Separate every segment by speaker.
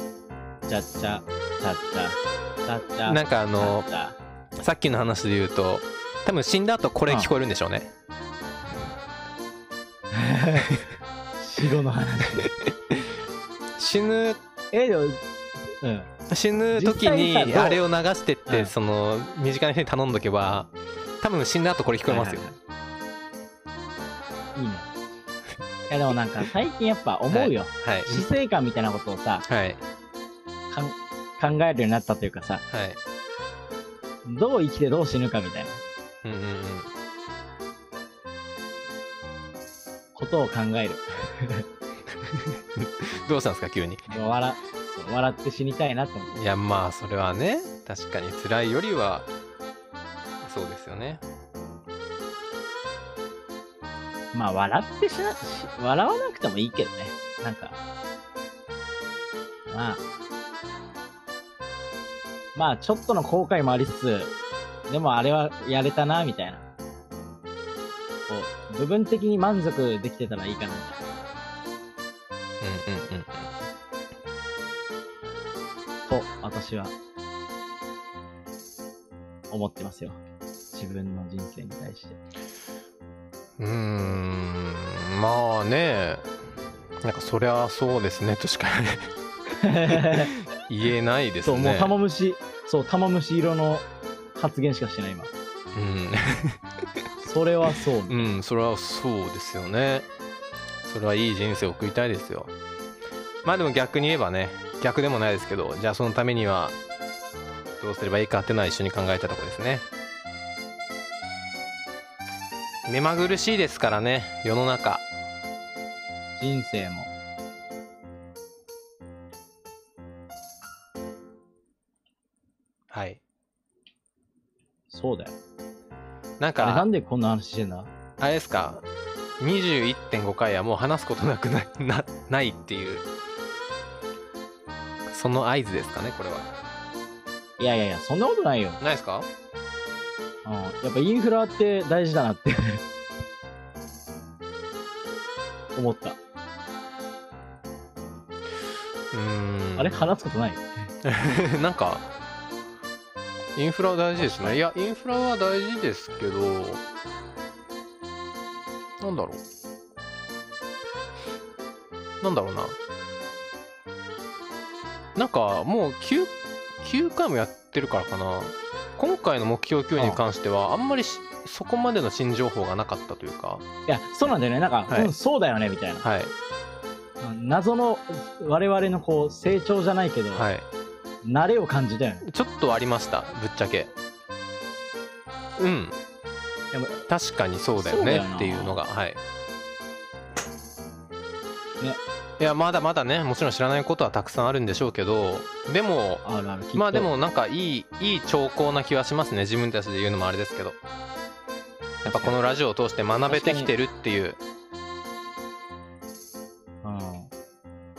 Speaker 1: チャチャ、チャチャ、チャチャ。
Speaker 2: なんかあの
Speaker 1: チャチ
Speaker 2: さっきの話で言うと多分死んだ後これ聞こえるんでしょうね
Speaker 1: ャ、死後の話。
Speaker 2: 死ぬ
Speaker 1: え、でも、うん。
Speaker 2: 死ぬ時
Speaker 1: 実際に
Speaker 2: に
Speaker 1: さ
Speaker 2: あれを流してっ
Speaker 1: う
Speaker 2: て
Speaker 1: ん
Speaker 2: その身近な人に頼んどけば多分死んだ後これ聞こえますよ
Speaker 1: はいはいはいいいね。いやでもなんか最近やっぱ思うよ。
Speaker 2: はい
Speaker 1: 死生観みたいなことをさ、
Speaker 2: はい
Speaker 1: かん考えるようになったというかさ、
Speaker 2: はい
Speaker 1: どう生きてどう死ぬかみたいな
Speaker 2: うんうんうん
Speaker 1: ことを考える。
Speaker 2: どうしたんですか急に
Speaker 1: でも笑そう笑って死にたいなと思って。
Speaker 2: いやまあそれはね確かに辛いよりはそうですよね
Speaker 1: まあ笑ってしな、し笑わなくてもいいけどね。なんか。まあ。まあちょっとの後悔もありつつ、でもあれはやれたな、みたいな。こう、部分的に満足できてたらいいかな、みたい
Speaker 2: うんうんうんうん
Speaker 1: な。と、私は、思ってますよ。自分の人生に対して。
Speaker 2: うーんまあねなんかそりゃそうですねとしか言えないです
Speaker 1: そう、
Speaker 2: ね
Speaker 1: もう玉虫、そう、玉虫色の発言しかしてない、今。それはそう。
Speaker 2: うん、うん、それはそうですよねそれはいい人生を送りたいですよまあでも逆に言えばね逆でもないですけどじゃあそのためにはどうすればいいかっていうのは一緒に考えたとこですね目まぐるしいですからね世の中
Speaker 1: 人生も。
Speaker 2: はい
Speaker 1: そうだよ。あ
Speaker 2: なん
Speaker 1: れ
Speaker 2: か
Speaker 1: なんでこんな話してんだ
Speaker 2: あれですか21.5回はもう話すことなくななない っていうその合図ですかねこれはい
Speaker 1: やいやいや、そんなことないよ。
Speaker 2: ないですか
Speaker 1: うん。やっぱインフラって大事だなって。思った。
Speaker 2: うーん
Speaker 1: あれ話すことない
Speaker 2: なんかインフラは大事ですねいやインフラは大事ですけどなんだろうなんだろうななんかもう 9, 9回もやってるからかな今回の目標9に関してはあんまりしそこまでの新情報がなかったというか
Speaker 1: いや、そうなんだよね。なんか、
Speaker 2: はい
Speaker 1: うん、そうだよね、みたいな。
Speaker 2: はい
Speaker 1: うん謎の、我々のこう、成長じゃないけど、
Speaker 2: はい
Speaker 1: 慣れを感じたよね。
Speaker 2: ちょっとありましたぶっちゃけうん
Speaker 1: でも、
Speaker 2: 確かにそうだよ
Speaker 1: そう
Speaker 2: ね
Speaker 1: だよな
Speaker 2: っていうのがはい、
Speaker 1: ね
Speaker 2: いやまだまだねもちろん知らないことはたくさんあるんでしょうけどでも
Speaker 1: あるある。きっと
Speaker 2: まあで、もなんかいいいい兆候な気はしますね自分たちで言うのもあれですけどやっぱこのラジオを通して学べてきてるっていう
Speaker 1: う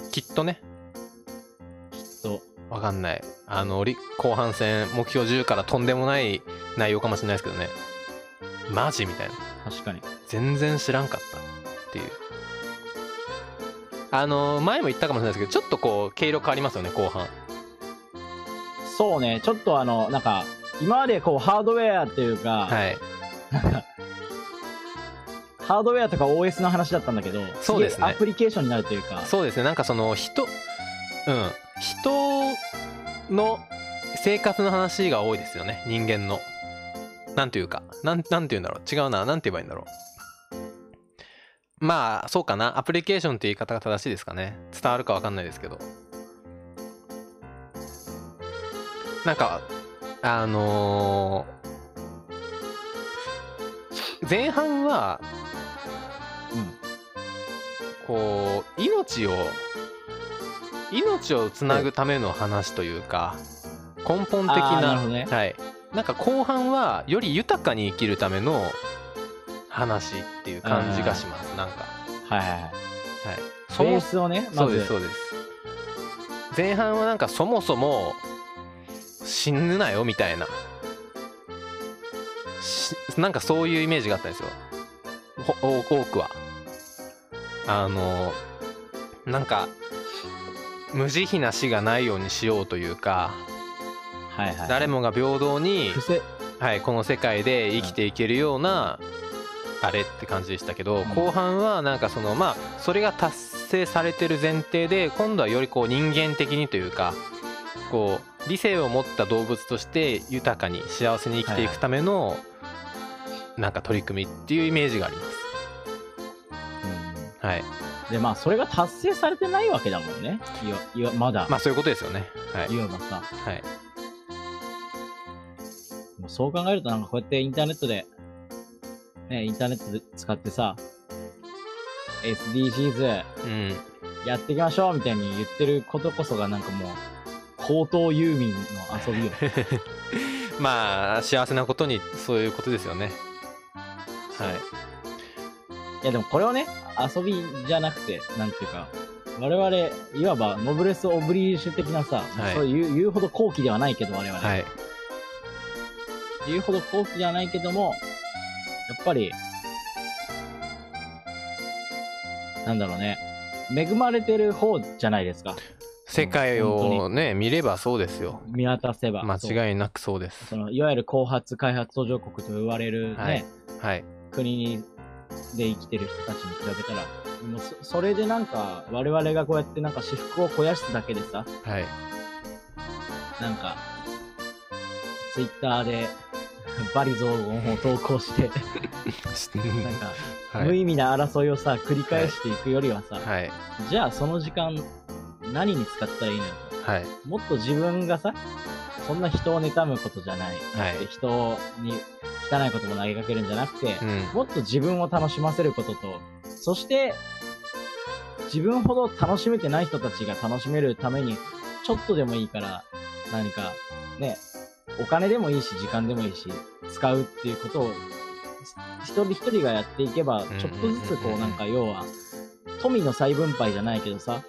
Speaker 1: ん。
Speaker 2: きっとね
Speaker 1: そう。
Speaker 2: わかんないあのり後半戦目標10からとんでもない内容かもしれないですけどねマジみたいな
Speaker 1: 確かに。
Speaker 2: 全然知らんかったっていうあの前も言ったかもしれないですけどちょっとこう毛色変わりますよね後半
Speaker 1: そうね。ちょっとあの、なんか、今までこう、ハードウェアっていうか、
Speaker 2: はい
Speaker 1: ハードウェアとか OS の話だったんだけど、
Speaker 2: そうですね
Speaker 1: 次アプリケーションになるというか、
Speaker 2: そうですねなんかその人うん人の生活の話が多いですよね人間のなんていうかなんなんて言うんだろう違うななんて言えばいいんだろうまあそうかなアプリケーションって言い方が正しいですかね伝わるかわかんないですけどなんかあのー前半は
Speaker 1: うん。
Speaker 2: こう命を命をつなぐための話というか根本
Speaker 1: あ
Speaker 2: 的
Speaker 1: ー
Speaker 2: な
Speaker 1: なるほどね
Speaker 2: はい、なんか後半はより豊かに生きるための話っていう感じがしますなんか、は
Speaker 1: はいはいはい。
Speaker 2: い、そ
Speaker 1: ベー
Speaker 2: も
Speaker 1: スをね、ま
Speaker 2: そう
Speaker 1: ず。
Speaker 2: ですそうです前半はなんかそもそも死ぬなよみたいなしなんかそういうイメージがあったんですよほ多多くはあのなんか無慈悲な死がないようにしようというか
Speaker 1: はいはい。
Speaker 2: 誰もが平等に
Speaker 1: 伏、せ、
Speaker 2: はい、この世界で生きていけるようなあれって感じでしたけ
Speaker 1: う
Speaker 2: ど
Speaker 1: ん
Speaker 2: 後半はなんかそのまあそれが達成されてる前提で今度はよりこう人間的にというかこう理性を持った動物として豊かに幸せに生きていくためのなんか取り組みっていうイメージがあります。
Speaker 1: うん。
Speaker 2: はい
Speaker 1: で、まあ、それが達成されてないわけだもんね。いわ、いわ、まだ。
Speaker 2: まあそういうことですよね。はい
Speaker 1: いわばさ。
Speaker 2: はい、
Speaker 1: もうそう考えるとなんかこうやってインターネットで、ね、インターネットで使ってさ、SDGs
Speaker 2: うん
Speaker 1: やっていきましょうみたいに言ってることこそがなんかもう、高等遊民の遊びよ。
Speaker 2: まあ幸せなことにそういうことですよねはい
Speaker 1: いやでもこれをね、遊びじゃなくて、なんていうか、我々、いわばノブレス・オブリージュ的なさ、
Speaker 2: はい
Speaker 1: そういう言うほど高貴ではないけど我々、
Speaker 2: はい
Speaker 1: 言うほど高貴じゃないけども、やっぱり、なんだろうね、恵まれてる方じゃないですか、
Speaker 2: 世界
Speaker 1: 本
Speaker 2: を
Speaker 1: 当
Speaker 2: ね見ればそうですよ
Speaker 1: 見渡せば。
Speaker 2: 間
Speaker 1: そう
Speaker 2: 違いなくそうです
Speaker 1: そのいわゆる後発開発途上国と言われるね、
Speaker 2: はいはい
Speaker 1: 国で生きてる人たちに比べたら、もうそそれでなんか、我々がこうやってなんか私服を肥やすだけでさ、
Speaker 2: はい
Speaker 1: なんか、ツイッターで、バリ雑言を投稿して、なんか、
Speaker 2: は
Speaker 1: 無
Speaker 2: い
Speaker 1: 意味な争いをさ、繰り返していくよりはさ、
Speaker 2: はい
Speaker 1: じゃあその時間、何に使ったらいいのよ。
Speaker 2: はい
Speaker 1: もっと自分がさ、そんな人を妬むことじゃない。
Speaker 2: はい
Speaker 1: 人に汚いことも投げかけるんじゃなくて、
Speaker 2: うん
Speaker 1: もっと自分を楽しませることと、そして、自分ほど楽しめてない人たちが楽しめるために、ちょっとでもいいから、何か、ね、お金でもいいし、時間でもいいし、使うっていうことを、一人一人がやっていけば
Speaker 2: んうんうん、
Speaker 1: ちょっとずつこうなんか要は、富の再分配じゃないけどさ、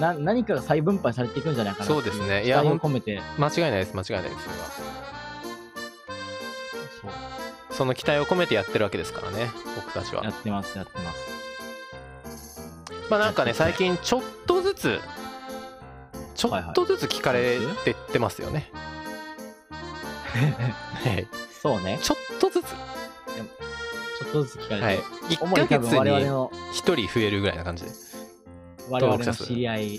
Speaker 1: な、何かが再分配されていくんじゃないかなってい。
Speaker 2: そうですねい
Speaker 1: 期
Speaker 2: や
Speaker 1: 待を込めて、
Speaker 2: 間違いないです間違いないですそれはその期待を込めてやってるわけですからね僕たち
Speaker 1: や
Speaker 2: は
Speaker 1: ってます、やってます。
Speaker 2: まあなんかね
Speaker 1: やって
Speaker 2: 最
Speaker 1: ます
Speaker 2: 近ちょっとずつちょっとずつ聞かれてってますよね、はい、
Speaker 1: そうね。
Speaker 2: ちょっとずつ
Speaker 1: ちょっとずつ聞かれて。
Speaker 2: はい1
Speaker 1: 主
Speaker 2: ヶ
Speaker 1: に多
Speaker 2: 月
Speaker 1: 分我々
Speaker 2: に
Speaker 1: の、
Speaker 2: 1人増えるぐらいな感じで
Speaker 1: 我々の知り合い。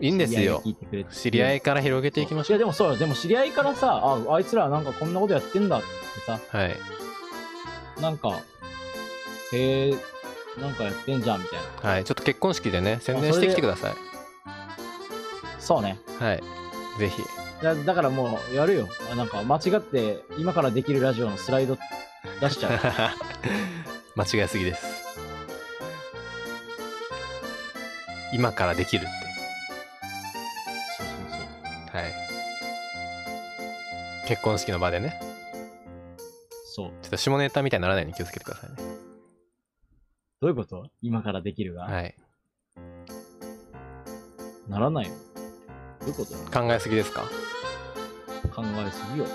Speaker 2: いいんですよ
Speaker 1: 知り合いが聞いてくれて
Speaker 2: 知り合いから広げていきまし
Speaker 1: い
Speaker 2: ょ
Speaker 1: や、でもそうよ。でも知り合いからさ、あ、あいつらなんかこんなことやってんだってさ、
Speaker 2: うはい
Speaker 1: なんか、へえ、なんかやってんじゃんみたいな。
Speaker 2: はいちょっと結婚式でね宣伝してきてください
Speaker 1: そうね。
Speaker 2: はいぜひ
Speaker 1: だだからもう、やるよ。あなんか間違って、今からできるラジオのスライド出 しちゃう。
Speaker 2: 間違いすぎです今からできるっ
Speaker 1: そうそうそう。
Speaker 2: てはい結婚式の場でね
Speaker 1: そう。
Speaker 2: ちょっと下ネタみたいにならないように気をつけてくださいね
Speaker 1: どういうこと今からできるが、
Speaker 2: はい
Speaker 1: ならないよ。どういうこと
Speaker 2: 考えすぎですか
Speaker 1: 考えす ぎよ。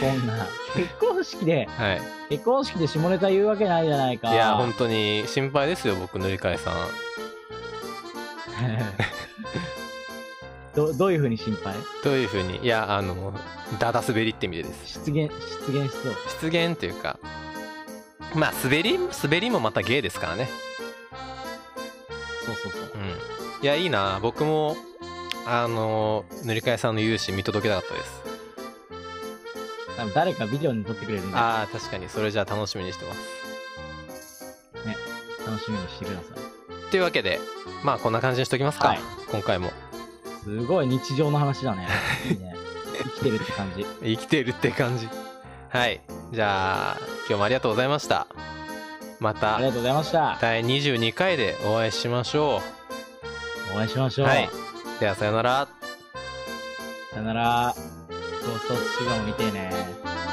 Speaker 1: そんな、結婚式で、
Speaker 2: はい
Speaker 1: 結婚式で下ネタ言うわけないじゃないか。
Speaker 2: いや本当に心配ですよ僕塗り替えさん
Speaker 1: どどういうふうに心配
Speaker 2: どういうふうにいやあのダダ滑りって意味でです
Speaker 1: 出現、出現しそう。
Speaker 2: 失言というかまあ滑り滑りもまた芸ですからね
Speaker 1: そうそうそう。
Speaker 2: うんいやいいな僕もあの塗り替えさんの勇姿見届けたかったです
Speaker 1: 多分誰かビデオに撮ってくれるんで、
Speaker 2: ああ確かにそれじゃあ楽しみにしてます
Speaker 1: 楽しみにしてください。
Speaker 2: というわけでまあこんな感じにしときますか、
Speaker 1: はい
Speaker 2: 今回も
Speaker 1: すごい日常の話だ ね。いいね。生きてるって感じ。
Speaker 2: 生きてるって感じはいじゃあ今日もありがとうございましたま
Speaker 1: あり
Speaker 2: た
Speaker 1: がとうございました。
Speaker 2: 第22回でお会いしましょ
Speaker 1: お会いしまし
Speaker 2: う
Speaker 1: ょう。
Speaker 2: はいではさよなら
Speaker 1: さよなら。ゴーストシガも見てね。